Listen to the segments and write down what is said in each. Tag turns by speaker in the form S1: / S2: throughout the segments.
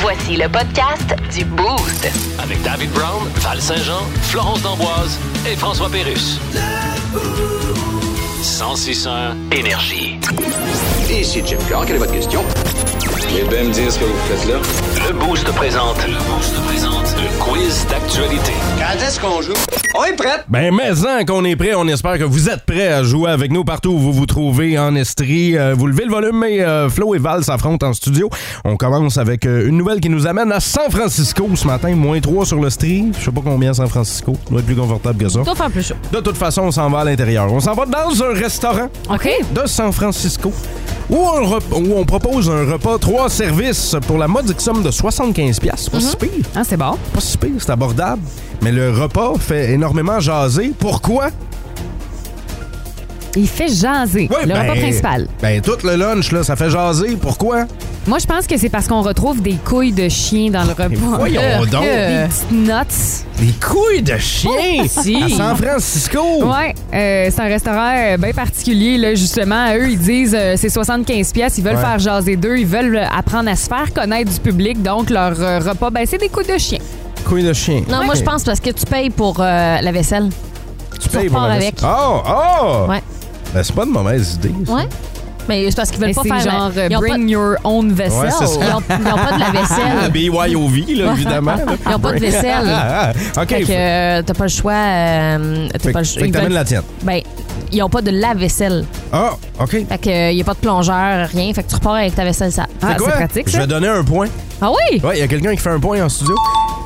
S1: Voici le podcast du Boost.
S2: Avec David Brown, Val Saint-Jean, Florence D'Amboise et François Pérus. 1061 Énergie.
S3: Ici Jim Carr, quelle est votre question?
S4: Et bien me dire ce que vous faites là.
S2: Le Boost présente. Le Boost présente. Le quiz d'actualité.
S3: Quand est-ce qu'on joue? On est prêt!
S5: Ben, mais en qu'on est prêt, on espère que vous êtes prêts à jouer avec nous partout où vous vous trouvez en Estrie. Euh, vous levez le volume, mais euh, Flo et Val s'affrontent en studio. On commence avec euh, une nouvelle qui nous amène à San Francisco ce matin, moins 3 sur le street. Je sais pas combien San Francisco. Ça doit être plus confortable que ça.
S6: Sauf en plus chaud.
S5: De toute façon, on s'en va à l'intérieur. On s'en va dans un restaurant
S6: OK.
S5: de San Francisco où on, rep- où on propose un repas trois services pour la modique somme de 75$. piastres. Pas si pire.
S6: Ah, c'est bon.
S5: Pas si pire, c'est abordable. Mais le repas fait énormément jaser. Pourquoi?
S6: Il fait jaser.
S5: Ouais,
S6: le
S5: ben,
S6: repas principal.
S5: Ben, tout le lunch, là, ça fait jaser. Pourquoi?
S6: Moi, je pense que c'est parce qu'on retrouve des couilles de chien dans le repas.
S5: voyons
S6: Euh,
S5: donc.
S6: Des petites nuts.
S5: Des couilles de chien!
S7: Oh,
S6: Si.
S5: À San Francisco!
S6: Ouais, euh, c'est un restaurant bien particulier là, justement. Eux, ils disent euh, c'est 75 pièces, ils veulent
S5: Ouais.
S6: faire jaser d'eux, ils veulent euh, apprendre à se faire connaître du public, donc leur euh, repas, ben c'est des coups de chien.
S5: Couilles de chien.
S7: Non, moi, je pense parce que tu payes pour euh, la vaisselle.
S5: que tu
S7: repars avec.
S5: Oh! Oh!
S7: Ouais.
S5: Ben, c'est pas une mauvaise idée. ça.
S7: Ouais. Mais c'est parce qu'ils veulent
S6: Mais
S7: pas
S6: c'est
S7: faire.
S6: genre
S7: la...
S6: euh,
S7: Ils ont
S6: bring your own vessel.
S5: Ouais, c'est
S7: pas, ils
S5: ça.
S7: ont, ils ont pas de la
S5: Ah,
S7: vaisselle.
S5: BYOV, là, évidemment. là.
S7: Ils ont pas de vaisselle.
S5: Ah, ah, OK.
S7: Fait que
S5: Fait
S7: euh, t'as pas le choix. euh, t'as
S5: fait
S7: pas le
S5: que
S7: choix. Ils
S5: t'amènes
S7: veulent-
S5: la tienne.
S7: Ben, ils ont pas de lave-vaisselle.
S5: Ah, OK.
S7: Fait que euh, y a pas de plongeur, rien. Fait que tu repars avec ta vaisselle sale.
S6: Ah,
S5: C'est quoi?
S6: c'est pratique,
S5: Je
S6: ça.
S5: vais donner un point.
S7: Ah oui?
S5: Ouais, il y a quelqu'un qui fait un point en studio.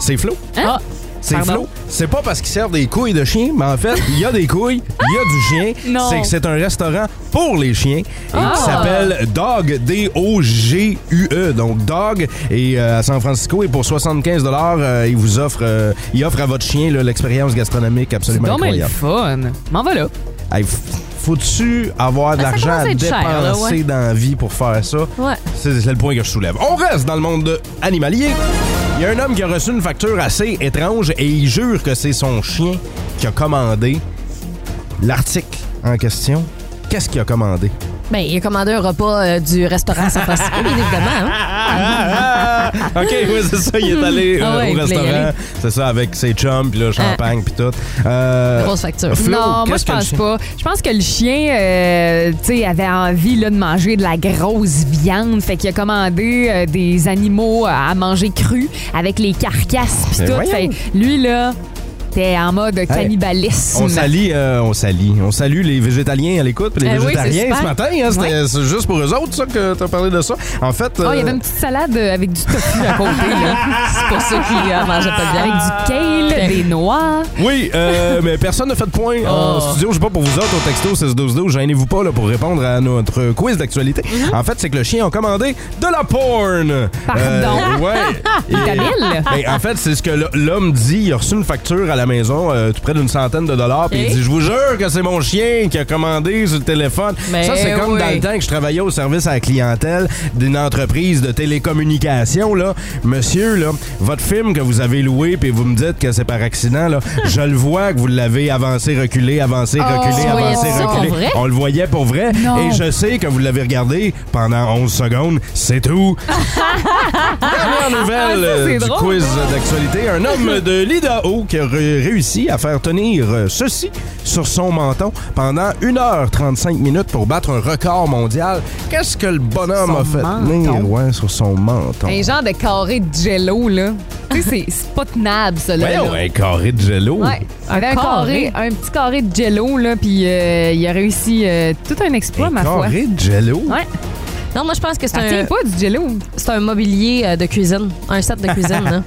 S5: C'est Flo.
S7: Hein?
S5: C'est
S6: Pardon?
S5: Flo. C'est pas parce qu'ils servent des couilles de chien, mais en fait, il y a des couilles, il y a du chien.
S6: Non.
S5: C'est que c'est un restaurant pour les chiens et
S6: Ah.
S5: qui s'appelle Dog, D-O-G-U-E. E. Donc, Dog et euh, à San Francisco. Et pour 75 euh, ils vous offrent, euh, ils offrent à votre chien là, l'expérience gastronomique
S6: C'est
S5: absolument
S6: donc bien le
S5: incroyable.
S6: fun. M'en va là.
S5: Hey, f- Faut-tu avoir de
S7: Ben, ça
S5: l'argent à
S7: commence à
S5: dépenser
S7: être cher, là, ouais.
S5: dans la vie pour faire ça?
S7: Ouais.
S5: C'est c'est le point que je soulève. On reste dans le monde animalier. Il y a un homme qui a reçu une facture assez étrange et il jure que c'est son chien qui a commandé l'article en question. Qu'est-ce qu'il a commandé?
S7: Ben, il a commandé un repas euh, du restaurant San Francisco, bien évidemment. hein.
S5: Ah, ah, OK, oui, c'est ça. Il est allé euh,
S7: Ah ouais,
S5: au
S7: il voulait y
S5: restaurant.
S7: aller.
S5: C'est ça, avec ses chums, puis le champagne, puis tout. Euh,
S7: Grosse facture.
S5: Flo,
S6: non, Ah, moi
S5: qu'est-ce
S6: je
S5: que le
S6: pense
S5: chien-
S6: pas. Je pense que le chien, euh, tu sais, avait envie là, de manger de la grosse viande, fait qu'il a commandé euh, des animaux à manger crus avec les carcasses pis
S5: Mais
S6: tout.
S5: voyons.
S6: Fait, lui là, t'es en mode cannibalisme.
S5: On salit, euh, on salit. On salue les végétaliens à l'écoute, puis les
S6: Eh oui, c'est
S5: végétariens
S6: super.
S5: ce matin. hein, c'était c'est juste pour eux autres, ça, que t'as parlé de ça. En fait.
S6: Oh, il y
S5: euh,
S6: avait une petite salade euh, avec du tofu à côté. là. C'est pour ça qu'il euh, mangeait pas de viande.
S5: Ah.
S6: Avec du kale, des noix.
S5: Oui, euh, mais personne n'a fait de point
S6: Oh.
S5: en studio. Je sais pas pour vous autres au texto 16 12 12 Gênez-vous pas là, pour répondre à notre quiz d'actualité. En fait, c'est que le chien a commandé de la porn.
S6: Mm-hmm.
S5: Euh,
S6: Pardon?
S5: ouais.
S6: est
S5: Et-
S6: habile.
S5: Ben, en fait, c'est ce que l- l'homme dit. Il a reçu une facture à la maison, euh, tout près d'une centaine de dollars. Puis il dit Je vous jure que c'est mon chien qui a commandé sur le téléphone.
S7: Mais
S5: ça, c'est comme
S7: oui.
S5: dans le temps que je travaillais au service à la clientèle d'une entreprise de télécommunications. Là. Monsieur, là, votre film que vous avez loué, puis vous me dites que c'est par accident, là, je le vois que vous l'avez avancé, reculé, avancé, reculé,
S7: tu voyais
S5: avancé,
S7: ça pour
S5: reculé.
S7: vrai?
S5: On le voyait pour vrai.
S6: Non.
S5: Et je sais que vous l'avez regardé pendant 11 secondes. C'est tout. Première nouvelle
S6: Ah, ça, c'est
S5: euh, du
S6: drôle.
S5: quiz d'actualité. Un homme de l'Idaho qui a re- réussi à faire tenir euh, ceci sur son menton pendant 1h35 minutes pour battre un record mondial. Qu'est-ce que le bonhomme
S6: Son
S5: a fait
S6: menton.
S5: tenir ouais, sur son menton?
S6: Un genre de carré de jello, là. Tu sais, c'est- c'est pas tenable, ça, là.
S5: Voyons,
S6: là.
S5: un carré de jello.
S6: Ouais. Il avait Un,
S7: carré.
S6: carré, un petit carré de jello, là, puis euh, il a réussi euh, tout un exploit,
S5: Un
S6: ma foi.
S5: carré de jello?
S6: Ouais.
S7: Non, moi, je pense que
S5: Ah,
S7: c'est
S6: Ça
S7: un,
S6: tient pas du jello.
S7: c'est un mobilier euh, de cuisine, un set de cuisine. là.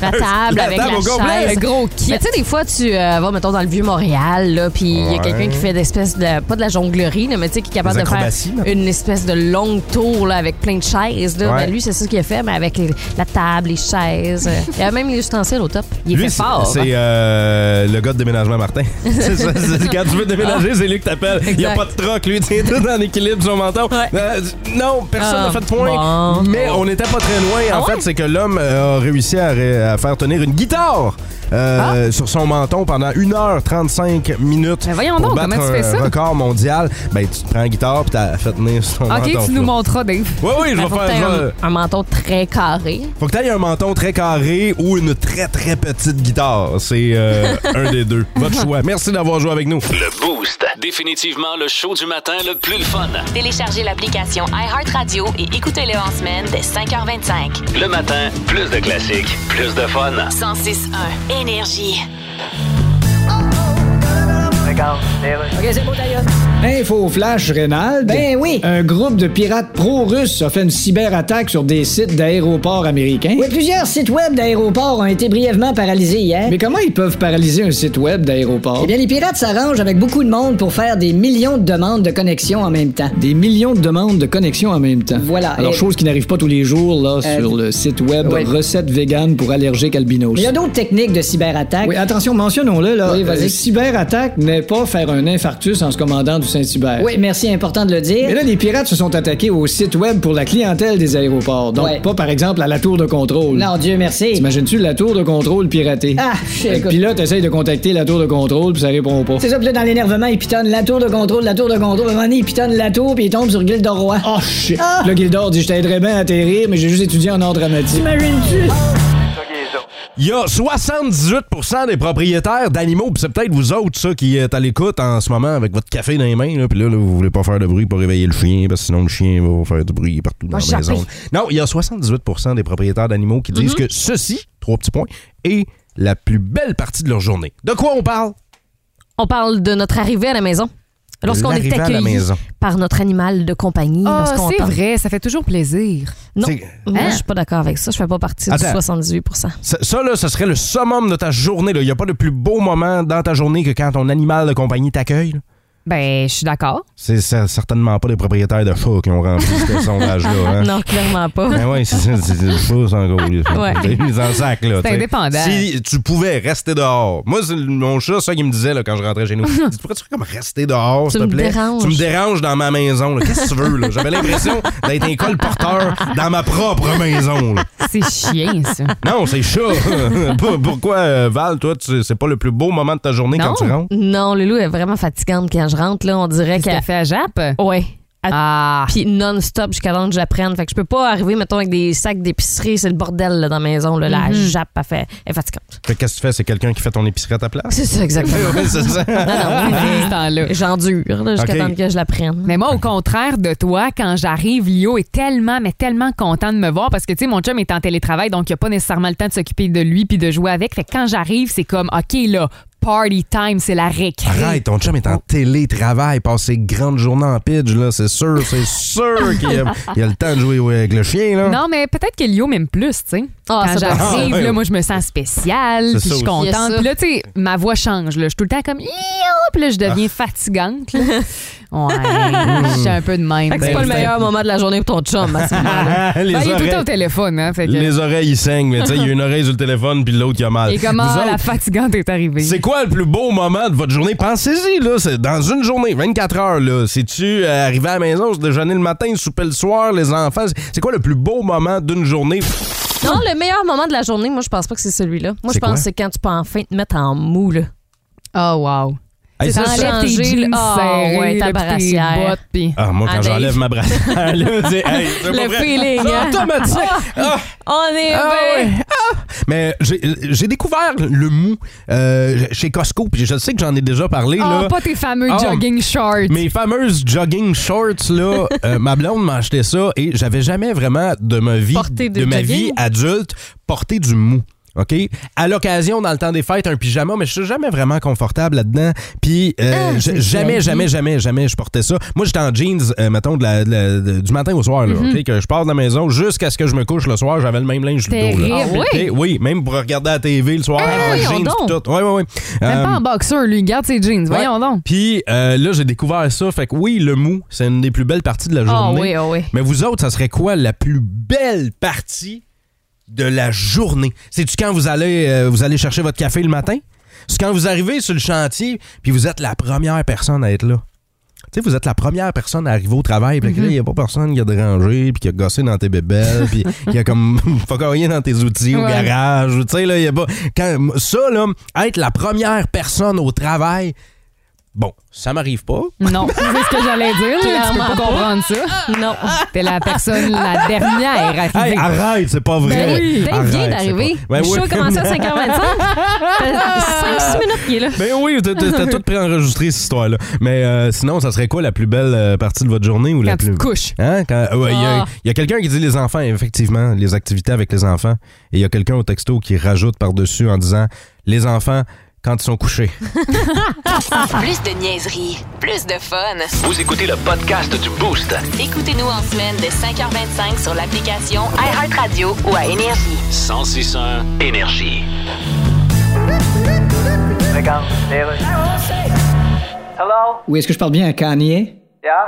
S7: La table
S5: La
S7: avec
S5: table au complet.
S7: la
S6: Le
S7: chaise.
S6: gros kit.
S7: Mais tu sais, des fois, tu euh, vas, mettons, dans le vieux Montréal, là, puis il y
S5: Ouais.
S7: a quelqu'un qui fait d'espèces de. pas de la jonglerie, là, mais tu sais, qui est capable
S5: Des
S7: de faire
S5: acrobaties, là.
S7: une espèce de longue tour, là, avec plein de chaises, là.
S5: Ouais.
S7: Ben, lui, c'est ça qu'il a fait, mais avec les- la table, les chaises. Il y a même les ustensiles au top. Il
S5: Lui,
S7: était
S5: c'est-
S7: fort. hein.
S5: C'est euh, le gars de déménagement Martin. c'est ça,
S6: Ah.
S5: c'est- quand tu veux déménager, c'est lui que t'appelles. Il n'y a
S7: Exact.
S5: pas de troc, lui, tiens tout en équilibre sur son menton. Euh, Non, personne
S7: Ah,
S5: n'a fait de point.
S7: bon.
S5: Mais on n'était pas très loin. en
S7: Ah ouais?
S5: fait, c'est que l'homme euh, a réussi à, ré- à faire tenir une guitare
S6: Ah.
S5: euh, sur son menton pendant 1h35 minutes.
S6: Mais Ben voyons
S5: pour
S6: donc,
S5: battre
S6: comment tu
S5: un
S6: fais ça?
S5: record mondial. Ben, tu te prends la guitare puis t'as fait tenir sur ton menton.
S6: OK, tu nous montreras, Dave.
S5: Oui, oui, je vais
S7: faut que
S5: faire.
S7: t'aies
S5: je
S7: un,
S5: vais-
S7: un menton très carré.
S5: Faut que t'aies un menton très carré ou une très très petite guitare. C'est euh, un des deux. Votre choix. Merci d'avoir joué avec nous.
S2: Le Boost. Définitivement le show du matin le plus le fun.
S1: Téléchargez l'application iHeartRadio et écoutez-le en semaine dès 5h25.
S2: Le matin, plus de classiques, plus de fun.
S1: 106.1 Énergie.
S8: Info flash rénal. Ben oui. Un groupe de pirates pro-russes a fait une cyberattaque sur des sites d'aéroports américains.
S9: Oui, plusieurs sites web d'aéroports ont été brièvement paralysés hier.
S8: Mais comment ils peuvent paralyser un site web d'aéroport?
S9: Eh bien, les pirates s'arrangent avec beaucoup de monde pour faire des millions de demandes de connexion en même temps.
S8: Des millions de demandes de connexion en même temps.
S9: Voilà.
S8: Alors,
S9: Et-
S8: chose qui n'arrive pas tous les jours, là,
S9: Euh,
S8: sur le site web
S9: oui.
S8: Recettes véganes pour allergiques albinos.
S9: Mais il y a d'autres techniques de cyberattaque.
S8: Oui, attention, mentionnons-le, là.
S9: Oui, vas-y.
S8: Euh, cyberattaque n'est pas faire un infarctus en se commandant du Saint-Hubert.
S9: Oui, merci, important de le dire.
S8: Mais là, les pirates se sont attaqués au site web pour la clientèle des aéroports. Donc,
S9: Ouais.
S8: pas par exemple à la tour de contrôle.
S9: Non, Dieu merci.
S8: T'imagines-tu la tour de contrôle piratée?
S9: Ah,
S8: Euh,
S9: écoute.
S8: Puis là, t'essayes de contacter la tour de contrôle, puis ça répond pas.
S9: C'est ça, puis là, dans l'énervement, ils pitonnent la tour de contrôle, la tour de contrôle. À un moment donné, ils pitonnent la tour, puis ils tombent sur Gilles de Roy.
S8: Oh shit!
S9: Ah!
S8: Là, Gildor dit Je t'aiderais bien à atterrir, mais j'ai juste étudié en art dramatique.
S9: T'imagines-tu?
S5: Il y a 78 des propriétaires d'animaux, puis c'est peut-être vous autres, ça, qui êtes à l'écoute en ce moment avec votre café dans les mains, là, puis là, là, vous voulez pas faire de bruit pour réveiller le chien, parce que sinon le chien va faire du bruit partout dans
S7: Va
S5: la maison.
S7: japper.
S5: Non, il y a 78 des propriétaires d'animaux qui disent que
S7: Mhm.
S5: ceci, trois petits points, est la plus belle partie de leur journée. De quoi on parle?
S7: On parle de notre arrivée à la maison. Lorsqu'on est
S5: L'arrivée à la
S7: accueilli
S5: maison.
S7: par notre animal de compagnie.
S6: Ah,
S7: lorsqu'on
S6: c'est
S7: tente-
S6: vrai, ça fait toujours plaisir.
S7: Non,
S5: C'est-
S7: moi,
S6: Hein?
S7: je suis pas d'accord avec ça. Je fais pas partie
S5: Attends.
S7: du 78
S5: Ça, ça, là, ce serait le summum de ta journée. là. Il n'y a pas de plus beau moment dans ta journée que quand ton animal de compagnie t'accueille. là.
S6: Ben, je suis d'accord.
S5: C'est cer- certainement pas les propriétaires de chats qui ont rempli ce sondage-là. hein.
S7: Non, clairement pas.
S5: Ben ouais, c'est ça, c'est c'est le en gros.
S7: Ouais.
S5: Ils en sac, là.
S6: C'est
S5: t'sais.
S6: indépendant.
S5: Si tu pouvais rester dehors. Moi, c'est le- mon chat, c'est ça qu'il me disait là, quand je rentrais chez nous. Il dit, Pourquoi tu fais comme rester dehors,
S7: Tu
S5: s'il te
S7: me
S5: plaît?
S7: déranges.
S5: Tu me déranges dans ma maison. là. Qu'est-ce que tu veux? là? J'avais l'impression d'être un colporteur dans ma propre maison. là.
S6: C'est chiant, ça.
S5: Non, c'est chat. Pour- Pourquoi, euh, Val, toi, tu- c'est pas le plus beau moment de ta journée quand
S6: Non.
S5: tu rentres?
S7: Non, Loulou est vraiment fatigante quand je rentre. Là, on dirait
S6: Qu'est-ce
S7: qu'elle.
S6: qu'elle fait à Jap?
S7: Ouais. Elle-
S6: Ah,
S7: Puis non-stop jusqu'à temps que j'apprenne. Fait que je peux pas arriver, mettons, avec des sacs d'épicerie. C'est le bordel là, dans la maison. Là, La jappe, elle, fait... elle est fatigante.
S5: Fait que Qu'est-ce que tu fais? C'est quelqu'un qui fait ton épicerie à ta place?
S7: C'est ça, exactement.
S5: Ouais, c'est ça.
S7: non, non.
S6: ce temps-là.
S7: J'endure là, jusqu'à
S5: Ok.
S7: temps que je la prenne.
S6: Mais moi, au contraire de toi, quand j'arrive, Lio est tellement, mais tellement content de me voir parce que, tu sais, mon chum est en télétravail, donc il a pas nécessairement le temps de s'occuper de lui puis de jouer avec. Fait que quand j'arrive, c'est comme, OK, là, party time, c'est la récré.
S5: Arrête, ton chum est en télétravail, passe ses grandes journées en pitch, là, c'est sûr, c'est sûr qu'il a, il a le temps de jouer ouais, avec le chien, là.
S6: Non, mais peut-être que Lio m'aime plus, tu sais.
S7: Ah,
S6: Quand
S7: ça doit-
S6: j'arrive,
S5: Ah, ouais.
S6: là, moi, je me sens spéciale,
S5: C'est
S6: puis
S5: ça
S6: je suis
S5: aussi.
S7: Il y a
S6: contente.
S7: ça.
S6: Puis là, tu sais, ma voix change. Là. Je suis tout le temps comme, Lio, puis là, je
S5: Ah.
S6: deviens fatigante. là. Ouais, je suis un peu de même.
S7: Fait que c'est
S5: Ben,
S7: pas le meilleur moment de la journée pour ton chum. à ce moment-là.
S5: Ah, les,
S6: Ben, il est tout le temps au
S5: oreilles,
S6: téléphone, hein. Fait que-
S5: les oreilles, ils saignent, mais tu sais, il y a une oreille sur le téléphone, puis l'autre, il a mal.
S6: Et comment
S5: Vous
S6: la
S5: autres,
S6: fatigante est arrivée?
S5: c'est quoi le plus beau moment de votre journée? Pensez-y, là, c'est dans une journée, 24 heures, là. C'est-tu euh, arrivé à la maison, se déjeuner le matin, souper le soir, les enfants? c'est- C'est quoi le plus beau moment d'une journée?
S7: non, le meilleur moment de la journée, moi, je pense pas que c'est celui-là. Moi,
S5: C'est
S7: je pense
S5: quoi?
S7: que c'est quand tu peux enfin te mettre en mou. Là.
S6: Oh, wow.
S5: Hey, ça,
S7: dans
S5: ça-
S7: la-
S6: T'enlèves tes
S7: changer,
S6: jeans
S7: là.
S6: serrés,
S7: Ah, ouais,
S6: là,
S7: ta
S6: puis tes
S7: brassière.
S6: bottes, puis-
S5: Ah, moi, quand
S7: Allez.
S5: j'enlève ma brassière, là, c'est hey, c'est pas
S7: Le
S5: vrai.
S7: feeling,
S5: C'est
S7: hein? ben.
S5: automatique. Ah.
S7: On est
S5: Ah
S7: bien.
S5: ouais. Ah. Mais j'ai j'ai découvert le mou euh, chez Costco, puis je sais que j'en ai déjà parlé.
S6: Ah,
S5: là.
S6: pas tes fameux
S5: Ah,
S6: jogging shorts.
S5: Mes fameuses jogging shorts, là, euh, ma blonde m'a acheté ça et j'avais jamais vraiment de ma vie,
S7: Porté
S5: de,
S7: de
S5: ma
S7: jogging?
S5: vie adulte porté du mou. OK? À l'occasion, dans le temps des fêtes, un pyjama, mais je suis jamais vraiment confortable là-dedans. Puis, euh,
S7: Ah,
S5: je-
S7: c'est
S5: jamais,
S7: joli.
S5: jamais, jamais, jamais je portais ça. Moi, j'étais en jeans, euh, mettons, de la- de la- de- du matin au soir, là,
S7: Mhm.
S5: OK? Que je pars de la maison jusqu'à ce que je me couche le soir, j'avais le même linge sur le dos. là.
S6: Terrible.
S5: OK?
S6: Ah
S5: Oui, même pour regarder la TV le soir,
S7: Ah,
S5: en
S7: voyons
S5: jeans,
S7: donc.
S5: puis tout. Oui, oui, oui.
S6: Même
S5: Euh,
S6: pas en boxeur, lui. Garde ses jeans. Voyons
S5: Ouais.
S6: donc.
S5: Puis euh, là, j'ai découvert ça. Fait que oui, le mou, c'est une des plus belles parties de la
S7: Ah
S5: journée.
S7: oui, ah oui.
S5: Mais vous autres, ça serait quoi la plus belle partie de la journée? C'est-tu quand vous allez, euh, vous allez chercher votre café le matin? C'est quand vous arrivez sur le chantier puis vous êtes la première personne à être là. Tu sais, vous êtes la première personne à arriver au travail. Puis là, il n'y a pas personne qui a dérangé, puis qui a gossé dans tes bébelles, puis il y a comme fuck rien dans tes outils au
S6: Ouais.
S5: garage. ou Tu sais, là, il y a pas. Quand, ça, là, être la première personne au travail, bon, ça m'arrive pas.
S6: Non, c'est ce que j'allais dire. là. Tu peux
S7: Clairement
S6: pas
S7: pas.
S6: comprendre ça.
S7: Non.
S6: T'es la personne la dernière à
S5: Hey,
S6: arriver.
S5: arrête, c'est pas vrai.
S7: Ben oui, Dave
S5: Arrête,
S7: vient
S5: c'est
S7: d'arriver.
S5: pas- Ben
S7: le show
S5: oui.
S7: a commencé à 5h25. 5-6 minutes, il est là.
S5: Ben oui, t'as- t'as t'as tout préenregistré cette histoire-là. Mais euh, sinon, ça serait quoi la plus belle euh, partie de votre journée ou la
S6: Quand tu
S5: plus.
S6: te couches.
S5: Hein? Quand- ouais, il y a,
S7: Ah.
S5: il y a quelqu'un qui dit les enfants, effectivement, les activités avec les enfants. Et il y a quelqu'un au texto qui rajoute par-dessus en disant les enfants quand ils sont couchés.
S1: Plus de niaiserie, plus de fun.
S2: Vous écoutez le podcast du Boost.
S1: Écoutez-nous en semaine de 5h25 sur l'application iHeartRadio ou à Énergie.
S2: 1061 Énergie.
S9: Oui, est-ce que je parle bien à Kanye?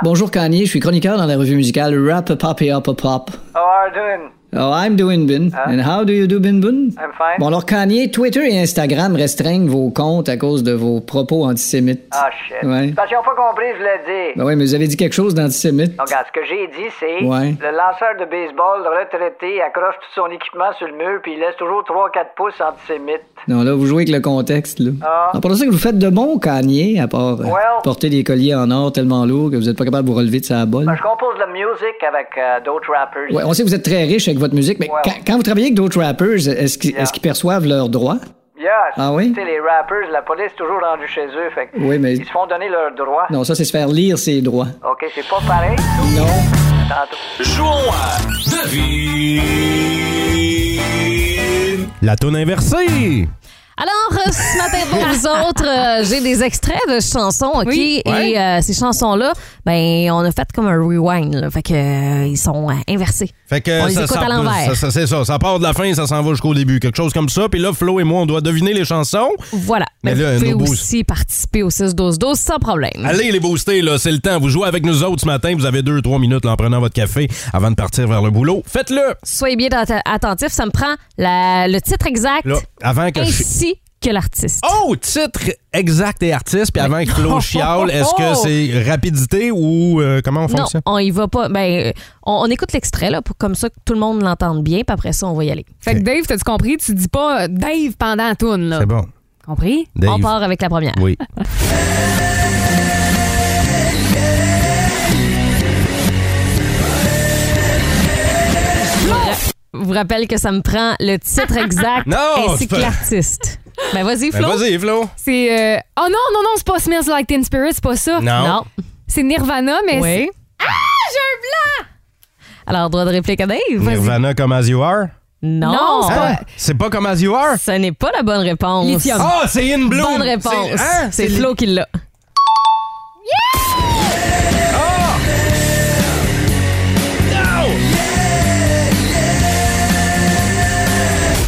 S9: Bonjour Kanye, je suis chroniqueur dans la revue musicale Rap a Pop et Up a Pop.
S10: How are you doing?
S9: Oh, I'm doing bin. And how do you do bin bin?
S10: I'm fine.
S9: Bon alors Kanye, Twitter et Instagram restreignent vos comptes à cause de vos propos antisémites.
S10: Ah, shit.
S9: Ouais.
S10: Parce qu'ils n'ont pas compris, je l'ai dit.
S9: Ben oui, mais vous avez dit quelque chose d'antisémite.
S10: Donc, regarde, ce que j'ai dit, c'est
S9: Ouais.
S10: le lanceur de baseball retraité accroche tout son équipement sur le mur puis il laisse toujours 3-4 pouces antisémites.
S9: Non, là, vous jouez avec le contexte, là.
S10: Ah.
S9: À part ça que vous faites de bons Kanye, à part euh,
S10: Well.
S9: porter des colliers en or tellement lourds que vous n'êtes pas capable de vous relever de sa bolle.
S10: Ben, je compose de la musique avec euh, d'autres rappers.
S9: Ouais, on sait que vous êtes très riche avec votre musique, mais
S10: Ouais.
S9: quand, quand vous travaillez avec d'autres rappers, est-ce qu'ils
S10: Yeah.
S9: est-ce qu'ils perçoivent leurs droits?
S10: Yes.
S9: Ah oui?
S10: Tu sais, les rappers, la police est toujours rendue chez eux, fait que
S9: Oui, mais-
S10: ils se font donner leurs droits.
S9: Non, ça, c'est se faire lire ses droits.
S10: OK, c'est pas pareil.
S9: Non.
S10: Tantôt.
S2: Jouons à Devine.
S5: La toune inversée!
S7: Alors, euh, ce matin pour vous autres, euh, j'ai des extraits de chansons, OK?
S6: Oui.
S7: Et euh, ces chansons-là, ben, on a fait comme un rewind, là. Fait que, euh, ils sont euh, inversés.
S5: Fait que
S7: On les
S5: ça,
S7: écoute
S5: ça-
S7: à l'envers.
S5: ça- ça- c'est ça. Ça part de la fin, ça s'en va jusqu'au début. Quelque chose comme ça. Puis là, Flo et moi, on doit deviner les chansons.
S7: Voilà.
S5: Mais là,
S7: vous pouvez
S5: nos boosts.
S7: aussi participer au 6-12-12 sans problème.
S5: Allez les booster, là, c'est le temps. Vous jouez avec nous autres ce matin. Vous avez deux, trois minutes là, en prenant votre café avant de partir vers le boulot. Faites-le!
S7: Soyez bien atta- attentifs, ça me prend la- le titre exact
S5: Là, avant que je...
S7: ainsi que l'artiste.
S5: Oh, titre exact et artiste. Puis avant que Flo chiale, est-ce que c'est rapidité ou euh, comment on
S7: Oh! non,
S5: fonctionne?
S7: on y va pas. Ben, euh, on, on écoute l'extrait, là, pour comme ça que tout le monde l'entende bien, puis après ça, on va y aller.
S6: Fait que Dave, t'as-tu compris? Tu dis pas euh, Dave pendant la toune, là.
S5: C'est bon.
S6: Compris?
S5: Dave.
S7: On part avec la première.
S5: Oui.
S7: Je vous rappelle que ça me prend le titre exact
S5: Non, tu
S7: ainsi que
S5: peux-
S7: l'artiste. Ben, vas-y,
S5: Ben,
S7: Flo.
S5: vas-y, Flo.
S6: C'est. euh, Oh non, non, non, c'est pas Smells Like Teen Spirit, c'est pas ça.
S5: Non.
S7: Non.
S6: C'est Nirvana, mais.
S7: Oui. Alors, droit de réplique à Dave. vas-y. Ah.
S5: Nirvana comme As You Are.
S7: Non,
S6: Non, c'est
S5: Hein? C'est pas comme As You Are?
S7: ce n'est pas la bonne réponse.
S6: Lithium.
S5: Ah, c'est In Blue!
S7: Bonne réponse.
S5: C'est- hein?
S7: C'est
S5: C'est-
S7: Flo qui l'a.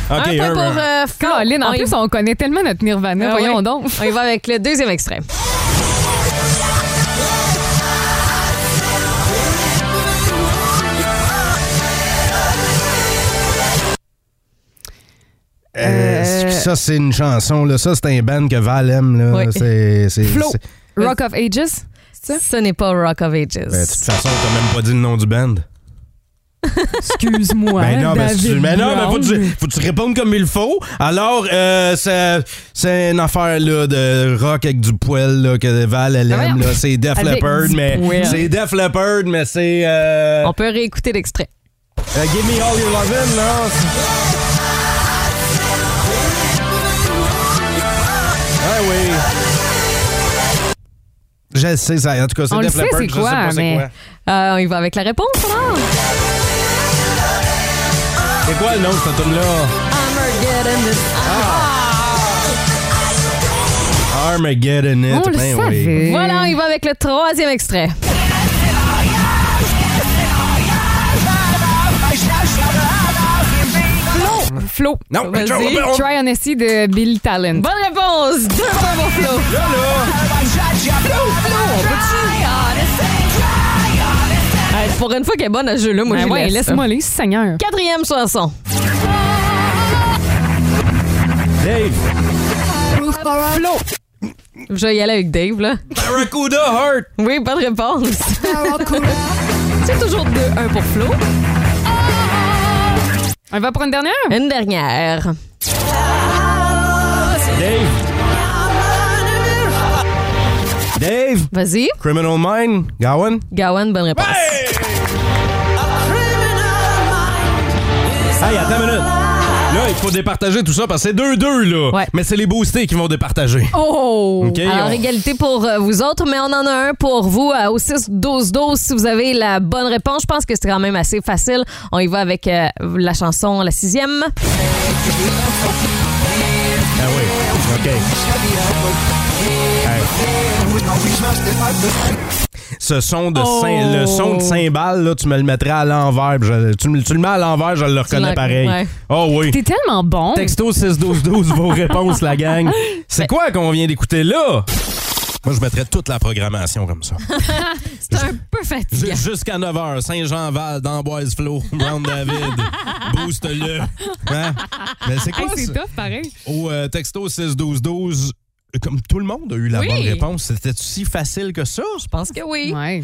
S5: Ok,
S7: un
S5: un,
S7: point pour
S5: un.
S7: euh, Flo.
S6: Colin, en
S5: Ah,
S7: On y
S6: plus,
S7: va.
S6: on connaît tellement notre Nirvana,
S7: Ah
S6: voyons
S7: ouais.
S6: donc.
S7: On y va avec le deuxième extrait.
S5: Euh, Ça, c'est une chanson. Là. Ça, c'est un band que Val aime. Là.
S7: Oui.
S5: C'est, c'est,
S6: Flo.
S5: c'est-
S6: Rock of Ages. Ça?
S7: Ce n'est pas Rock of Ages.
S5: Ben, de toute façon, t'as même pas dit le nom du band.
S6: Excuse-moi.
S5: Ben non, mais,
S6: David
S5: tu, mais non, mais
S6: Brown.
S5: faut que tu, faut que tu répondes comme il faut. Alors, euh, ça- c'est une affaire là, de rock avec du poil là, que Val elle
S6: Ah,
S5: aime.
S6: voyons.
S5: là. C'est Def
S6: Avec
S5: Leppard,
S6: du
S5: mais
S6: poil.
S5: c'est Def Leppard, mais c'est euh,
S7: On peut réécouter l'extrait.
S5: euh, Give Me All Your Lovin', non c'est- Ah oui. Je sais ça. En tout cas, c'est
S6: On le
S5: Def
S6: sait,
S5: Leppard.
S6: c'est
S5: je
S6: quoi,
S5: sais pas c'est
S6: mais-
S5: quoi.
S7: Euh, on y va avec la réponse, alors.
S5: C'est quoi le nom de cet album là Ah! Armageddon It.
S6: On le
S5: Ben oui.
S6: savait.
S7: Voilà, on y va avec le troisième extrait.
S6: Flo.
S5: Non,
S6: Vas-y.
S5: Joe, on- on-
S6: Try Honesty de Billy Talent.
S7: Bonne réponse! Deux points pour Flo.
S5: Là, là.
S7: Hey, pour une fois qu'elle est bonne à ce jeu-là, moi,
S6: Ben
S7: je
S6: ouais,
S7: laisse.
S6: laisse-moi aller, Seigneur.
S7: Quatrième chanson.
S5: Dave.
S6: Flo.
S7: Je vais y aller avec Dave, là.
S5: Barracuda Heart!
S7: Oui, bonne réponse. C'est toujours 2-1 pour Flo.
S6: On va pour une dernière?
S7: Une dernière.
S5: Dave! Dave!
S7: Vas-y.
S5: Criminal Mind, Gowan?
S7: Gawan, bonne réponse.
S5: Hey, attends une minute! Là, il faut départager tout ça parce que c'est 2-2, là.
S7: Ouais.
S5: Mais c'est les boostés qui vont départager.
S6: Oh!
S5: OK?
S7: Alors,
S5: on-
S7: égalité pour euh, vous autres, mais on en a un pour vous euh, au 6-12-12 si vous avez la bonne réponse. Je pense que c'est quand même assez facile. On y va avec euh, la chanson, la sixième.
S5: Ah oui. OK. Hey. Ce son de cym-
S6: Oh.
S5: le son de cymbale, là, tu me le mettrais à l'envers. puis je- tu, me- tu le mets à l'envers, je le reconnais
S7: l'as-
S5: pareil.
S7: ouais.
S5: Oh oui.
S6: T'es tellement bon. Ben-
S5: Texto 61212, vos réponses, la gang. C'est quoi qu'on vient d'écouter là? Moi, je mettrais toute la programmation comme ça.
S7: C'est un peu
S5: Ju-
S7: fatigant.
S5: Jusqu'à 9h, Saint-Jean-Val, d'Amboise Flow, Round David, booste-le. Hein? Mais c'est quoi
S6: Hey, c'est
S5: ça?
S6: tough, pareil.
S5: Au euh, texto 61212, euh, comme tout le monde a eu la
S6: Oui.
S5: bonne réponse, c'était si facile que ça?
S7: Je pense que oui.
S6: Ouais.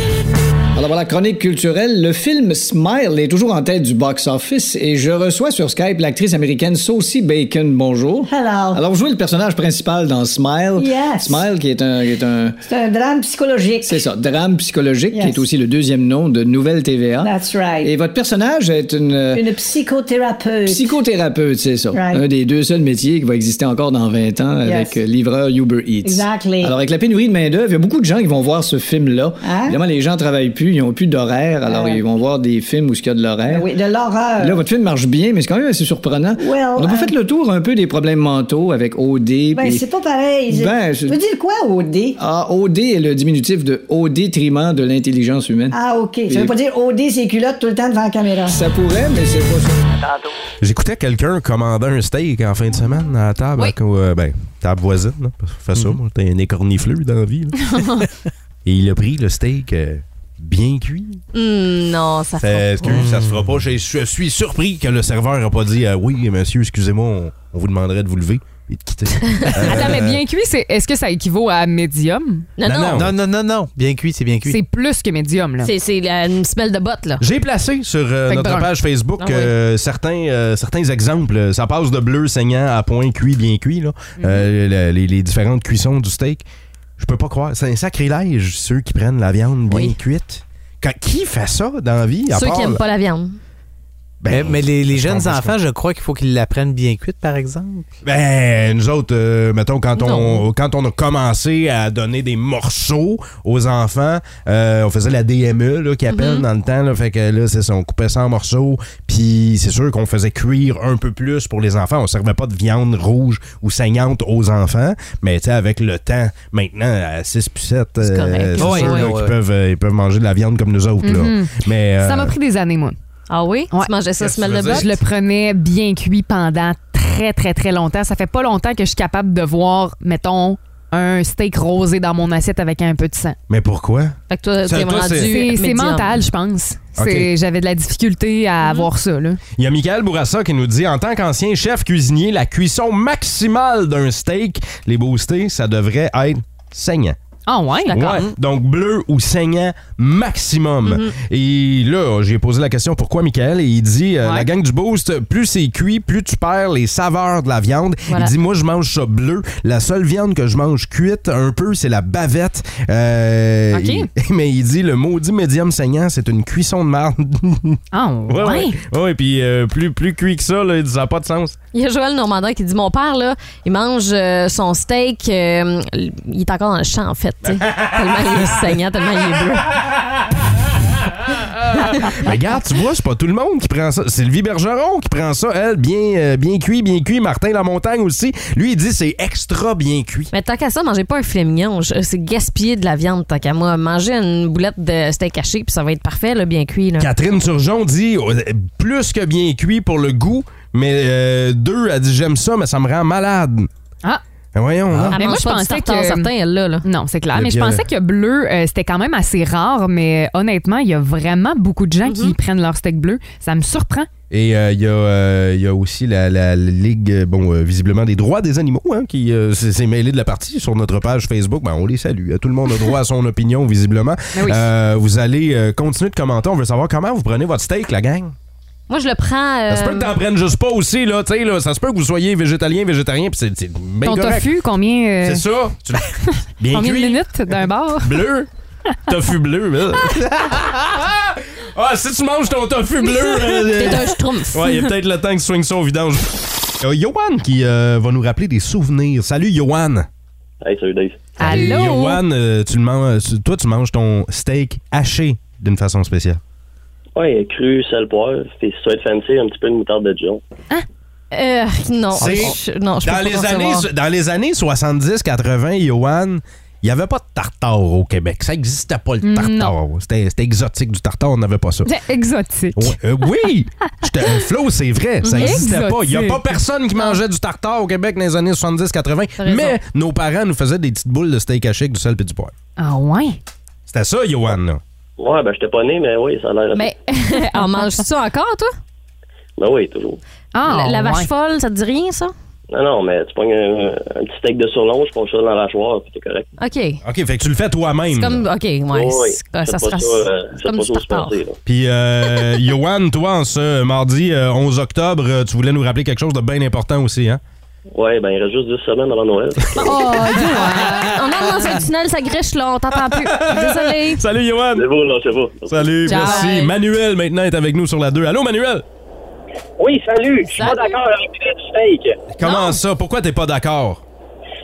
S8: Alors voilà, chronique culturelle. Le film Smile est toujours en tête du box-office et je reçois sur Skype l'actrice américaine Saucy Bacon. Bonjour.
S11: Hello.
S8: Alors, vous jouez le personnage principal dans Smile.
S11: Yes.
S8: Smile qui est un... qui est un-
S11: C'est un drame psychologique.
S8: C'est ça, drame psychologique, qui
S11: Yes.
S8: est aussi le deuxième nom de Nouvelle TVA.
S11: That's right.
S8: Et votre personnage est une... euh,
S11: Une psychothérapeute.
S8: Psychothérapeute, c'est ça.
S11: Right.
S8: Un des deux seuls métiers qui va exister encore dans 20 ans
S11: Yes.
S8: avec euh, livreur Uber Eats.
S11: Exactly.
S8: Alors, avec la pénurie de main-d'œuvre, il y a beaucoup de gens qui vont voir ce film-là.
S11: Hein?
S8: Évidemment, les gens travaillent plus, ils n'ont plus d'horaire, alors
S11: Ouais.
S8: ils vont voir des films où il y a de l'horaire.
S11: Ben oui, de l'horreur.
S8: Là, votre film marche bien, mais c'est quand même assez surprenant.
S11: Well,
S8: On n'a pas
S11: euh,
S8: fait le tour un peu des problèmes mentaux avec OD.
S11: Ben,
S8: puis-
S11: c'est pas pareil.
S8: Ben,
S11: je...
S8: je-
S11: veux dire quoi, OD?
S8: Ah, OD est le diminutif de au détriment de l'intelligence humaine.
S11: Ah, OK. Ça
S8: Et-
S11: veut pas dire OD, c'est culotte tout le temps devant la caméra.
S8: Ça pourrait, mais c'est pas ça.
S5: J'écoutais quelqu'un commander un steak en fin de semaine à la table. à co- euh, ben, table voisine, là, parce que fais
S7: Mm-hmm.
S5: ça, moi, t'es un écornifleux dans la vie. là. Et il a pris le steak euh, bien cuit. Mm.
S7: Hmm, non, ça
S5: Ça,
S7: fait.
S5: Euh, excuse, ça se fera pas. Je, je suis surpris que le serveur n'a pas dit euh, Oui, monsieur, excusez-moi, on, on vous demanderait de vous lever et de quitter. Euh,
S6: Attends, mais bien cuit, c'est- est-ce que ça équivaut à médium?
S7: Non, non.
S12: Non, non, non, non. Bien cuit, c'est bien cuit.
S6: C'est plus que médium, là.
S7: C'est c'est la- une semelle de botte, là.
S5: J'ai placé sur euh,
S6: Fait que
S5: notre
S6: brun.
S5: page Facebook
S7: Ah oui.
S5: euh, certains, euh, certains exemples. Ça passe de bleu saignant à point cuit, bien cuit. Là.
S7: Mhm.
S5: Euh, le- les, les différentes cuissons du steak. Je peux pas croire. C'est un sacrilège, ceux qui prennent la viande bien
S7: Oui.
S5: cuite. Quand- qui fait ça dans la vie? à
S7: Ceux
S5: part-
S7: qui aiment pas la viande.
S12: Mais,
S5: Ben,
S12: mais les, les jeunes
S5: comprends pas
S12: enfants, Ah, je crois qu'il faut qu'ils l'apprennent bien cuite, par exemple.
S5: Ben, nous autres, euh, mettons, quand on,
S7: Non.
S5: quand on a commencé à donner des morceaux aux enfants, euh, on faisait la DME, là, qui appelle dans le temps, là, fait que là, c'est ça, on coupait ça en morceaux, puis c'est sûr qu'on faisait cuire un peu plus pour les enfants. On servait pas de viande rouge ou saignante aux enfants, mais tu sais, avec le temps, maintenant, à 6 puis 7,
S7: C'est correct.
S5: c'est
S12: Ouais,
S5: sûr
S12: ouais,
S5: là,
S12: ouais.
S5: qu'ils peuvent, euh, ils peuvent manger de la viande comme nous autres, là.
S6: Mhm.
S5: Mais,
S6: Ça
S5: euh,
S6: m'a pris des années, moi.
S7: Ah oui?
S6: Ouais.
S7: Tu mangeais ça,
S5: Qu'est-ce
S7: semelle
S5: que
S7: de
S5: tu veux
S7: botte?
S6: Je le prenais bien cuit pendant très, très, très longtemps. Ça fait pas longtemps que je suis capable de voir, mettons, un steak rosé dans mon assiette avec un peu de sang.
S5: mais pourquoi?
S7: Fait que toi,
S5: Ça,
S7: t'es
S5: toi,
S7: rendu.
S5: c'est-
S6: C'est c'est
S7: médium.
S6: mental, je pense. C'est-
S5: Ok.
S6: J'avais de la difficulté à avoir ça, là.
S5: Il y a Michael Bourassa qui nous dit En tant qu'ancien chef cuisinier, la cuisson maximale d'un steak, les boostés, ça devrait être saignant.
S6: Ah ouais?
S5: Ouais, donc bleu ou saignant maximum.
S6: Mm-hmm.
S5: Et là, j'ai posé la question pourquoi Michael et il dit euh,
S6: Ouais.
S5: la gang du boost, plus c'est cuit, plus tu perds les saveurs de la viande.
S7: Voilà.
S5: Il dit moi je mange ça bleu. La seule viande que je mange cuite un peu, c'est la bavette. Euh,
S6: Ok.
S5: il- mais il dit le maudit médium saignant, c'est une cuisson de marde.
S6: Ah ouais?
S5: Ouais, ouais. Ouais, puis euh, plus, plus cuit que ça, là, il dit, ça n'a pas de sens.
S7: Il y a Joël Normandin qui dit Mon père, là, il mange euh, son steak. euh, il est encore dans le champ, en fait. tu sais. tellement il est saignant, tellement il est bleu.
S5: Mais regarde, tu vois, c'est pas tout le monde qui prend ça. Sylvie Bergeron qui prend ça, elle, bien, euh, bien cuit, bien cuit. Martin Lamontagne aussi. Lui, il dit c'est extra bien cuit.
S7: Mais tant qu'à ça, mangez pas un filet mignon. Je- C'est gaspiller de la viande, tant qu'à moi. Mangez une boulette de steak haché, puis ça va être parfait, là, bien cuit. Là.
S5: Catherine Turgeon dit oh, euh, plus que bien cuit pour le goût, mais euh, deux, elle dit j'aime ça, mais ça me rend malade.
S6: Ah!
S5: Ben voyons, hein?
S7: Elle
S6: mais moi,
S7: mange
S6: je
S7: pas du
S6: pensais
S7: tartare
S6: que.
S7: certain, elle, là,
S6: Non, c'est clair.
S5: Le
S6: Mais je
S5: bio-
S6: pensais que bleu, euh, c'était quand même assez rare, mais euh, honnêtement, il y a vraiment beaucoup de gens qui prennent leur steak bleu. Ça me surprend.
S5: Et euh, il y, a, euh, il y a aussi la, la Ligue, euh, bon, euh, visiblement, des droits des animaux, hein, qui euh, s'est s'est mêlée de la partie sur notre page Facebook. Ben, on les salue. Tout le monde a droit à son opinion, visiblement.
S6: Ben oui.
S5: Euh, vous allez euh, continuer de commenter. On veut savoir comment vous prenez votre steak, la gang.
S7: Moi, je le prends.
S5: Ça se peut
S7: euh,
S5: que t'en prennes juste pas aussi, là, tu sais, là. Ça se peut que vous soyez végétalien, végétarien, puis c'est c'est bien
S6: Ton
S5: Ben, correct.
S6: tofu, combien. euh,
S5: C'est ça. Tu- bien
S6: Combien
S5: cuit.
S6: de minutes d'un bar?
S5: Bleu. tofu bleu, là. Ah, si tu manges ton tofu bleu. euh,
S7: T'es un schtroumpf.
S5: Ouais, il y a peut-être le temps qu'il swing ça au vidange. Il y a Yoann qui euh, va nous rappeler des souvenirs. Salut, Yoann.
S13: Hey, salut Dave.
S6: Allô?
S5: Yoann, euh, tu le manges, tu- toi, tu manges ton steak haché d'une façon spéciale.
S13: Ouais, cru, sel, poivre, puis si tu veux être fancy, un petit peu de moutarde de Dijon.
S7: euh, non.
S5: C'est-
S7: Je- non, je peux
S5: dans,
S7: pas
S5: les
S7: concevoir.
S5: années, dans les années 70-80, Yoann, il n'y avait pas de tartare au Québec. Ça n'existait pas le
S6: Non.
S5: tartare. C'était c'était exotique du tartare, on n'avait pas ça.
S6: C'est exotique.
S5: Ouais, euh, oui! J'étais- euh, Flo, c'est vrai, ça n'existait pas. Il n'y a pas
S6: Exotique.
S5: personne qui mangeait du tartare au Québec dans les années 70-80,
S6: T'as raison.
S5: mais nos parents nous faisaient des petites boules de steak haché avec du sel et du poivre.
S6: Ah ouais?
S5: C'était ça, Yoann, là.
S13: Ouais, ben, j'étais pas né, mais oui, ça a l'air.
S7: Mais en manges-tu ça encore, toi?
S13: Ben oui, toujours.
S7: la, la vache
S6: ouais.
S7: folle, ça te dit rien, ça?
S13: Non, non, mais tu pognes un, un petit steak de surlonge, je ponche ça dans la mâchoire, puis t'es correct.
S7: OK. C'est
S5: OK, fait que tu le fais toi-même.
S7: comme. OK, ouais. c'est-
S13: c'est
S7: ça
S13: pas
S7: sera.
S13: euh,
S7: c'est
S13: c'est
S7: comme
S13: pas
S7: du
S13: ça où se
S7: tartare.
S13: passer, là.
S5: Puis, euh, Yoann, toi, en ce mardi euh, 11 octobre, euh, tu voulais nous rappeler quelque chose de bien important aussi, hein?
S13: Ouais, ben, il reste juste 10 semaines avant Noël.
S7: Oh, Dieu, ouais. On entre dans un tunnel, ça griche, là. On t'entend plus. Désolé.
S5: Salut, Yoann!
S13: c'est beau, là, c'est beau.
S5: Salut,
S7: Ciao.
S5: merci. Manuel, maintenant, est avec nous sur la 2. Allô, Manuel?
S14: Oui, salut. Je suis pas d'accord avec le prix du steak.
S5: Comment ça? Pourquoi t'es pas d'accord?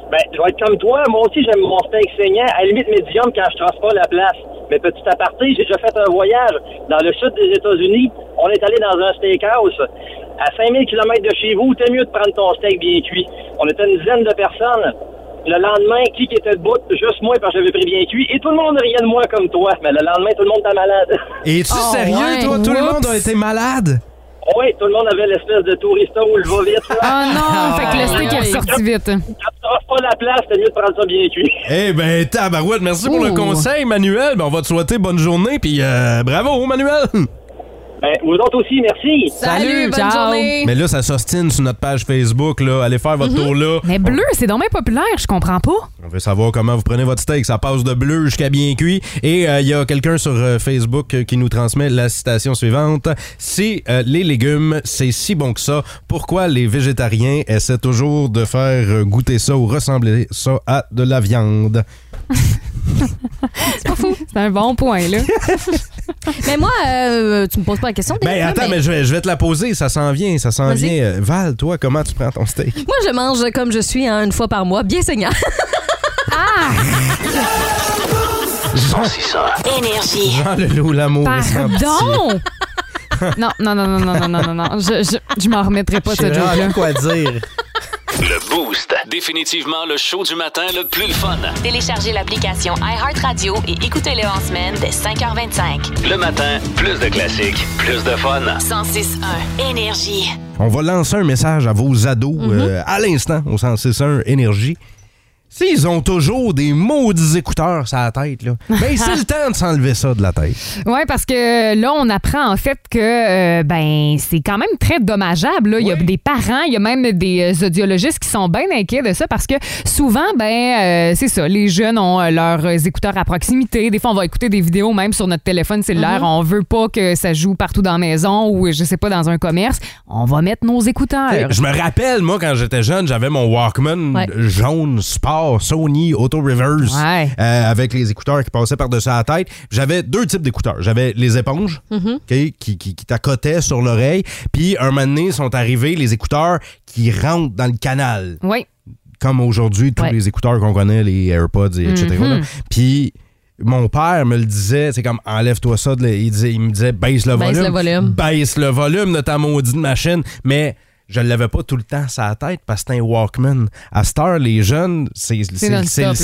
S14: Ben, je vais être comme toi. Moi aussi, j'aime mon steak saignant, à la limite médium quand je transporte la place. Mais petit aparté, j'ai déjà fait un voyage dans le sud des États-Unis. On est allé dans un steakhouse. À 5000 km de chez vous, t'es mieux de prendre ton steak bien cuit. On était une dizaine de personnes. Le lendemain, qui qui était debout? Juste moi, parce que j'avais pris bien cuit. Et tout le monde riait de moi comme toi. Mais le lendemain, tout le monde était malade.
S5: Es-tu
S14: Oh,
S5: sérieux,
S14: ouais,
S5: toi? Tout le
S14: whoops.
S5: monde a été malade?
S14: Oui, tout le monde avait l'espèce de tourista où le va vite.
S6: Ah non, fait que le steak est ressorti vite.
S14: T'as pas la place, t'es mieux de prendre ça bien cuit.
S5: Eh ben, tabarouette, merci pour le
S14: Ouh.
S5: conseil, Manuel. Ben, on va te souhaiter bonne journée, puis euh, bravo, Manuel!
S14: Ben, vous autres aussi, merci.
S7: Salut, bonne Ciao. journée.
S5: Mais là, ça s'ostine sur notre page Facebook, là. Allez faire votre
S6: Mhm.
S5: tour, là.
S6: Mais bleu, c'est dommage populaire, je comprends pas.
S5: On veut savoir comment vous prenez votre steak. Ça passe de bleu jusqu'à bien cuit. Et euh, il y a quelqu'un sur euh, Facebook euh, qui nous transmet la citation suivante. Si euh, les légumes, c'est si bon que ça, pourquoi les végétariens essaient toujours de faire euh, goûter ça ou ressembler ça à de la viande?
S6: C'est pas fou. C'est un bon point, là.
S7: Mais moi, euh, tu me poses pas la question.
S5: Ben
S7: Dave, là,
S5: attends, mais, je, vais, je vais te la poser. Ça s'en vient, ça s'en vient. Euh, Val, toi, comment tu prends ton steak?
S7: Moi, je mange comme je suis, hein, une fois par mois, bien saignant. ah!
S1: Énergie.
S5: Jean Leloup, l'amour.
S6: Pardon! non, non, non, non, non, non, non, non, non. Je, je, je m'en remettrai pas de ce joke-là.
S12: quoi dire.
S2: Le Boost. Définitivement le show du matin le plus le fun.
S1: Téléchargez l'application iHeartRadio et écoutez-le en semaine dès 5h25.
S2: Le matin, plus de classiques, plus de fun.
S1: 106.1 Énergie.
S5: On va lancer un message à vos ados euh, à l'instant au 161 Énergie. S'ils ont toujours des maudits écouteurs sur la tête, là, ben c'est le temps de s'enlever ça de la tête.
S6: Oui, parce que euh, là, on apprend en fait que euh, ben c'est quand même très dommageable. là. Il y a des parents, il y a même des euh, audiologistes qui sont bien inquiets de ça parce que souvent, ben euh, c'est ça, les jeunes ont euh, leurs écouteurs à proximité. Des fois, on va écouter des vidéos même sur notre téléphone cellulaire.
S7: Mhm.
S5: Mm-hmm.
S6: On veut pas que ça joue partout dans la maison ou euh, je sais pas dans un commerce. On va mettre nos écouteurs.
S5: Je me rappelle, moi, quand j'étais jeune, j'avais mon Walkman
S6: Ouais.
S5: jaune sport Sony Auto Reverse euh, avec les écouteurs qui passaient par-dessus la tête. J'avais deux types d'écouteurs. J'avais les éponges
S15: Mhm.
S5: OK, qui, qui, qui t'accotaient sur l'oreille. Puis, un moment donné, sont arrivés les écouteurs qui rentrent dans le canal.
S6: Oui.
S5: Comme aujourd'hui, tous
S6: Ouais.
S7: Mm-hmm.
S5: les écouteurs qu'on connaît, les AirPods, et etc.
S6: Mhm.
S5: là. Puis, mon père me le disait, c'est comme enlève-toi ça, de la- il, disait- il me disait baisse le
S7: Baisse
S5: volume.
S7: le volume.
S5: Baisse le volume de ta maudite machine. Mais je ne l'avais pas tout le temps sur la tête parce que c'était un Walkman. À cette heure, les jeunes, c'est c'est-
S7: non-stop,
S5: c'est le
S7: là.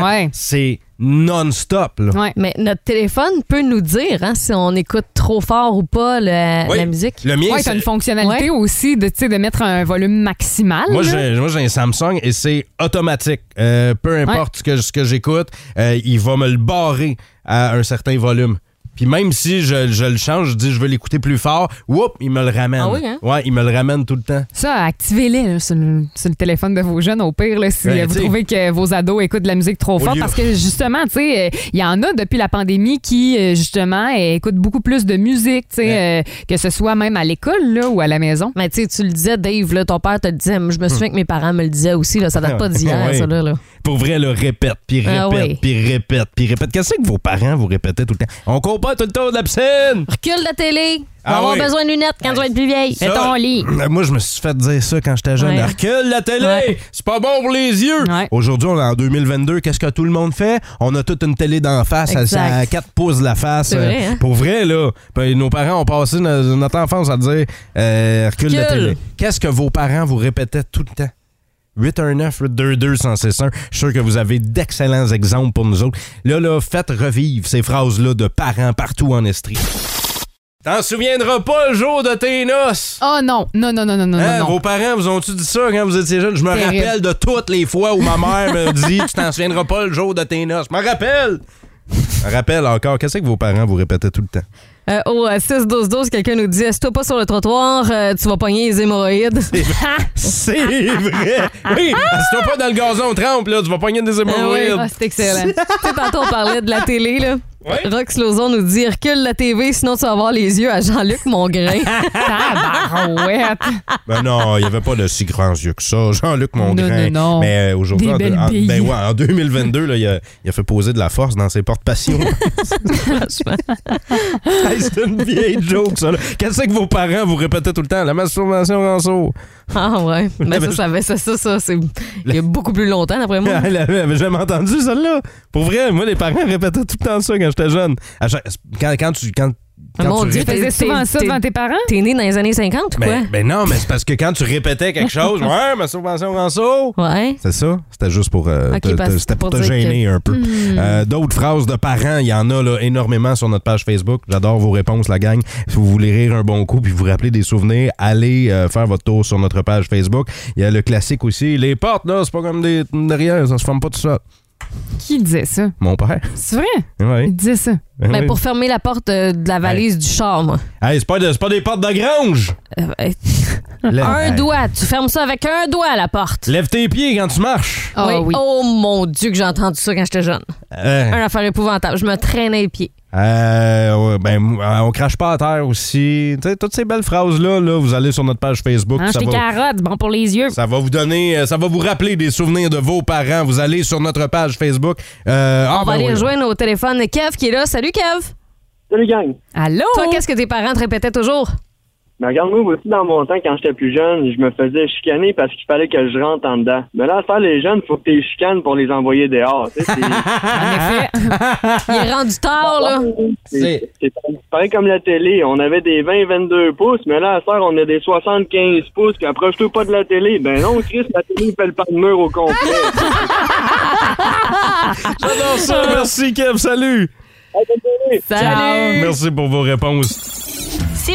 S5: cellulaire, c'est non-stop. là.
S7: Mais notre téléphone peut nous dire hein, si on écoute trop fort ou pas le-
S5: Oui.
S7: la musique.
S5: Le mien,
S6: Ouais,
S5: c'est-
S6: t'as une fonctionnalité aussi de, tu sais, de mettre un volume maximal.
S5: Moi,
S6: Oh, là.
S5: j'ai, moi, j'ai un Samsung et c'est automatique. Euh, peu importe ce, que, ce que j'écoute, euh, il va me le barrer à un certain volume. Puis même si je, je le change, je dis je veux l'écouter plus fort, whoop, il me le ramène.
S6: Ah oui, hein?
S5: Ouais, il me le ramène tout le temps.
S6: Ça, activez-les là, sur, le, sur le téléphone de vos jeunes, au pire, là, si
S5: Ben,
S6: euh, vous
S5: t'sais.
S6: trouvez que vos ados écoutent de la musique trop
S5: Au
S6: fort.
S5: lieu-
S6: Parce que justement, tu sais, euh, il y en a depuis la pandémie qui, euh, justement, euh, écoutent beaucoup plus de musique, tu sais, euh, que ce soit même à l'école là, ou à la maison.
S7: Mais tu sais, tu le disais, Dave, là, ton père te le disait. mais Je me souviens que mes parents me le disaient aussi. Là, ça date pas d'hier,
S5: Ouais.
S7: ça. Là, là.
S5: Pour vrai, le répète, puis répète,
S7: Ah oui.
S5: puis répète, puis répète. Qu'est-ce que vos parents vous répétaient tout le temps? On court pas tout le temps de la piscine!
S7: Recule la télé. On
S5: Ah
S7: va avoir
S5: oui.
S7: besoin de lunettes quand tu vas être plus vieille. Fais
S5: Ça,
S7: ton lit.
S5: euh, Moi, je me suis fait dire ça quand j'étais jeune.
S7: Ouais.
S5: Recule la télé! C'est pas bon pour les yeux! Aujourd'hui, on est en 2022. Qu'est-ce que tout le monde fait? On a toute une télé d'en face. Elle,
S15: Exact.
S5: ça a 4 pouces de la face.
S15: C'est vrai,
S5: Euh,
S15: hein?
S5: Pour vrai, là. Puis nos parents ont passé no- notre, enfance à dire euh, recule la
S15: Recule.
S5: télé. Qu'est-ce que vos parents vous répétaient tout le temps? 819 822 161 Je suis sûr que vous avez d'excellents exemples pour nous autres. Là, là, faites revivre ces phrases-là de parents partout en Estrie. T'en souviendras pas le jour de tes noces!
S6: Oh non, non, non, non, non, non,
S5: Hein,
S6: non.
S5: Vos parents vous ont-tu dit ça quand vous étiez jeune? Je me
S6: Terrible.
S5: rappelle de toutes les fois où ma mère me dit Tu t'en souviendras pas le jour de tes noces. Je me rappelle! Je me rappelle encore. Qu'est-ce que vos parents vous répétaient tout le temps?
S7: Euh, au euh, 6-12-12, quelqu'un nous dit Si toi pas sur le trottoir, euh, tu vas pogner les hémorroïdes.
S5: C'est vrai! Oui! Assis-toi pas dans le gazon, trempe, là, tu vas pogner des hémorroïdes.
S7: Ah, c'est excellent. tu sais, tantôt, on parlait de la télé, là. Rox Lozon nous dit recule la TV, sinon tu vas avoir les yeux à Jean-Luc Mongrain.
S6: Tabarouette.
S5: Ben non, il n'y avait pas de si grands yeux que ça. Jean-Luc Mongrain.
S6: non, non.
S5: Mais euh, aujourd'hui,
S6: Des
S5: en, deux-
S6: belles
S5: en-
S6: billes.
S5: ben ouais, en 2022, là, il, a, il a fait poser de la force dans ses portes passion.
S7: Franchement.
S5: Hey, c'est une vieille joke, ça. là. Qu'est-ce que vos parents vous répétaient tout le temps? La masturbation rançon.
S7: Ah ouais. Mais ça, ça, avait- ça, ça, ça, c'est il y a beaucoup plus longtemps, d'après moi.
S5: Ah, Elle avait, avait jamais entendu celle-là. Pour vrai, moi, les parents répétaient tout le temps ça quand j'étais jeune. À chaque- Quand, quand tu. Quand, quand
S7: Mon
S5: tu
S7: Dieu,
S5: répé-
S7: t'es-
S6: souvent
S7: t'es-
S6: ça
S7: t'es-
S6: devant tes parents?
S7: T'es né dans les années 50 ou quoi?
S5: Ben, ben non, mais c'est parce que quand tu répétais quelque chose, ouais, masturbation rançon.
S7: Ouais.
S5: C'est ça? C'était juste pour euh,
S7: Ok,
S5: te,
S7: parce-
S5: te- c'était pour
S7: pour
S5: te
S7: dire
S5: gêner
S7: que-
S5: un peu.
S7: Hmm.
S5: Euh, D'autres phrases de parents, il y en a là, énormément sur notre page Facebook. J'adore vos réponses, la gang. Si vous voulez rire un bon coup puis vous rappeler des souvenirs, allez euh, faire votre tour sur notre page Facebook. Il y a le classique aussi. Les portes, là, c'est pas comme des derrière, ça se forme pas tout ça.
S6: Qui disait ça?
S5: Mon père.
S6: C'est vrai?
S5: Ouais.
S6: Il disait ça.
S5: Ben
S7: Ben,
S5: oui.
S7: pour fermer la porte euh, de la valise du char, moi.
S5: Hey, c'est pas, de- c'est pas des portes de grange!
S7: Euh, un
S5: Lève, hey,
S7: doigt. Tu fermes ça avec un doigt à la porte.
S5: lève tes pieds quand tu marches!
S6: Ah
S7: oui. Oh mon Dieu, que j'ai entendu ça quand j'étais jeune.
S5: Euh,
S7: Un affaire épouvantable. Je me traînais les pieds.
S5: Euh, ouais, ben, mou- euh, on crache pas à terre aussi. Tu sais, toutes ces belles phrases-là, là, vous allez sur notre page Facebook.
S7: Hein,
S6: Mange
S5: ça,
S6: tes
S5: va,
S6: carottes, bon pour les yeux.
S5: ça va vous donner, euh, ça va vous rappeler des souvenirs de vos parents. Vous allez sur notre page Facebook. Euh, ah,
S7: On va
S5: ben
S7: aller
S5: oui.
S7: rejoindre au téléphone Kev qui est là. Salut Kev.
S16: Salut gang.
S6: Allô?
S7: Toi, qu'est-ce que tes parents te répétaient toujours?
S16: Mais regarde-moi, moi aussi, dans mon temps, quand j'étais plus jeune, je me faisais chicaner parce qu'il fallait que je rentre en dedans. Mais là, à faire les jeunes, faut que tu chicanes pour les envoyer dehors. tu sais,
S7: Il est rendu tard, là.
S16: C'est c'est- c'est pareil comme la télé. On avait des 20-22 pouces, mais là, à faire, on a des 75 pouces. Puis approche-toi pas de la télé. Ben non, Chris, la télé fait le pas de mur au complet.
S5: J'adore ça. Merci, Kev. Salut.
S1: Salut.
S5: Merci pour vos réponses.
S1: Si